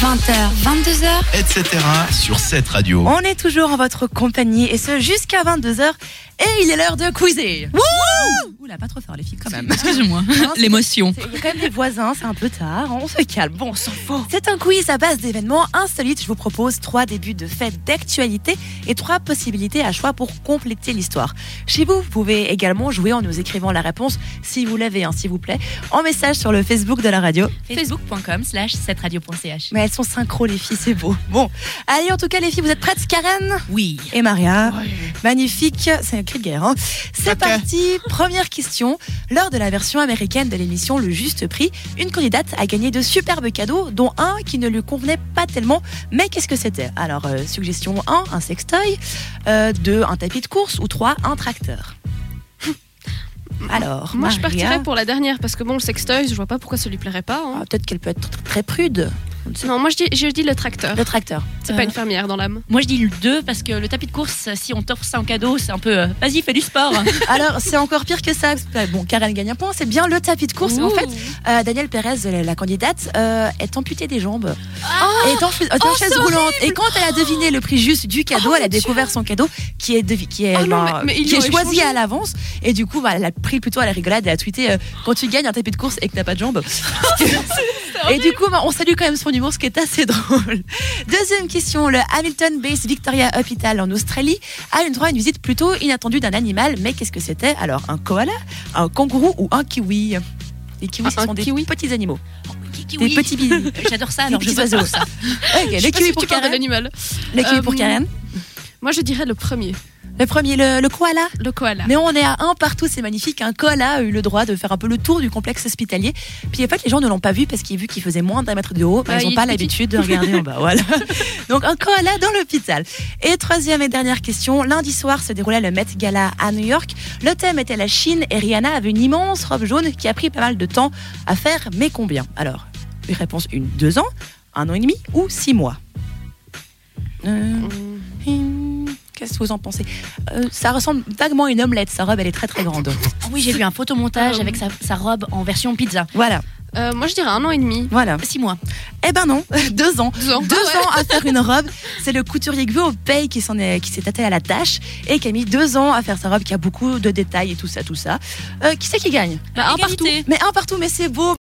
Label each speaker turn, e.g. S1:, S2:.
S1: 20h, 22h.
S2: etc. sur cette radio.
S3: On est toujours en votre compagnie et ce jusqu'à 22h et il est l'heure de quizer. Oula, pas trop fort les filles quand même.
S4: Excusez-moi.
S3: Non, c'est-
S4: L'émotion.
S3: Il y a quand même des voisins, c'est un peu tard, on se calme, bon, on s'en fout. C'est un quiz à base d'événements insolites. Je vous propose trois débuts de fêtes d'actualité et trois possibilités à choix pour compléter l'histoire. Chez vous, vous pouvez également jouer en nous écrivant la réponse, si vous l'avez, hein, s'il vous plaît, en message sur le Facebook de la radio.
S4: Facebook.com slash 7radio.ch.
S3: Mais elles sont synchro, les filles, c'est beau. Bon, allez, en tout cas, les filles, vous êtes prêtes, Karen
S4: Oui.
S3: et Maria. Magnifique, c'est un cri de guerre. hein. C'est
S2: Ok.
S3: parti, première question. Lors de la version américaine de l'émission Le Juste Prix, une candidate a gagné de superbes cadeaux, dont un qui ne lui convenait pas tellement. Mais qu'est-ce que c'était Alors, euh, suggestion 1, un sextoy. 2, un tapis de course. Ou 3, un tracteur. Alors,
S5: Moi, je
S3: Maria-
S5: partirais pour la dernière parce que bon, le sextoy, je vois pas pourquoi ça lui plairait pas. hein.
S3: Ah, Peut-être qu'elle peut être tr- très prude. On ne sait
S5: Non, moi, je dis, je dis le tracteur.
S3: pas. Le tracteur.
S5: C'est pas une fermière dans l'âme.
S4: Moi je dis le 2 parce que le tapis de course, si on t'offre ça en cadeau, c'est un peu euh, vas-y, fais du sport.
S3: Alors, c'est encore pire que ça. Bon, Karen gagne un point. C'est bien le tapis de course. En fait, Euh, Danielle Pérez, la, la candidate, euh, est amputée des jambes et est en, fu- est en
S5: Ah, Oh,
S3: chaise
S5: c'est
S3: roulante. Et quand elle a deviné le prix juste du cadeau,
S5: Oh,
S3: elle a
S5: mon Dieu.
S3: découvert son cadeau qui est, devi- qui est,
S5: Ah non,
S3: ben,
S5: mais- mais il
S3: qui est
S5: l'aurait
S3: choisi
S5: changé.
S3: à l'avance. Et du coup, bah, elle a pris plutôt à la rigolade et a tweeté euh, Quand tu gagnes un tapis de course et que t'as pas de jambes. et du coup, bah, on salue quand même son humour, ce qui est assez drôle. Deuxième question le Hamilton Base Victoria Hospital en Australie a eu droit à une visite plutôt inattendue d'un animal. Mais qu'est-ce que c'était Alors, un koala, un kangourou ou un kiwi les kiwis,
S5: Un-
S3: ce sont
S5: un
S3: des
S5: kiwi. Ah
S3: petits animaux.
S4: Qui- qui-
S3: Des
S4: oui.
S3: petits billes.
S4: J'adore ça, alors
S3: Des
S4: je
S3: petits
S4: vote
S3: oiseaux.
S4: pour ça.
S3: Ok,
S5: Je
S3: le
S5: sais pas
S3: kiwi
S5: si
S3: pour
S5: tu parles de
S3: Karen.
S5: l'animal.
S3: Le kiwi
S5: Euh,
S3: pour Karen.
S5: Moi, je dirais le premier,
S3: Le premier, le, le koala.
S5: le koala.
S3: Mais on est à un partout, c'est magnifique. Un koala a eu le droit de faire un peu le tour du complexe hospitalier. Puis en fait, les gens ne l'ont pas vu parce qu'ils vu qu'il faisait moins d'un mètre de haut. bah,
S5: Ah,
S3: ils n'ont
S5: il
S3: pas
S5: était
S3: l'habitude de regarder en bas. Voilà. Donc un koala dans l'hôpital. Et troisième et dernière question. Lundi soir se déroulait le Met Gala à New York. Le thème était la Chine et Rihanna avait une immense robe jaune qui a pris pas mal de temps à faire. Mais combien Alors, une réponse une, deux ans, un an et demi ou six mois Euh,
S5: Hum,
S3: Hum, Qu'est-ce que vous en pensez Euh, Ça ressemble vaguement à une omelette. Sa robe, elle est très très grande.
S4: Ah oui, j'ai vu un photomontage
S5: Euh,
S4: avec sa, sa robe en version pizza.
S3: Voilà,
S5: euh, moi, je dirais un an et demi.
S3: voilà.
S4: 6 mois.
S3: Eh ben non, deux ans.
S5: Deux ans.
S3: Deux
S5: Ah ouais.
S3: ans à faire une robe. C'est le couturier Guo Pei qui s'en est, qui s'est attelé à la tâche et qui a mis deux ans à faire sa robe qui a beaucoup de détails et tout ça, tout ça. Euh, qui c'est qui gagne
S5: Bah, un partout.
S4: Égalité.
S3: Mais un partout, mais c'est beau.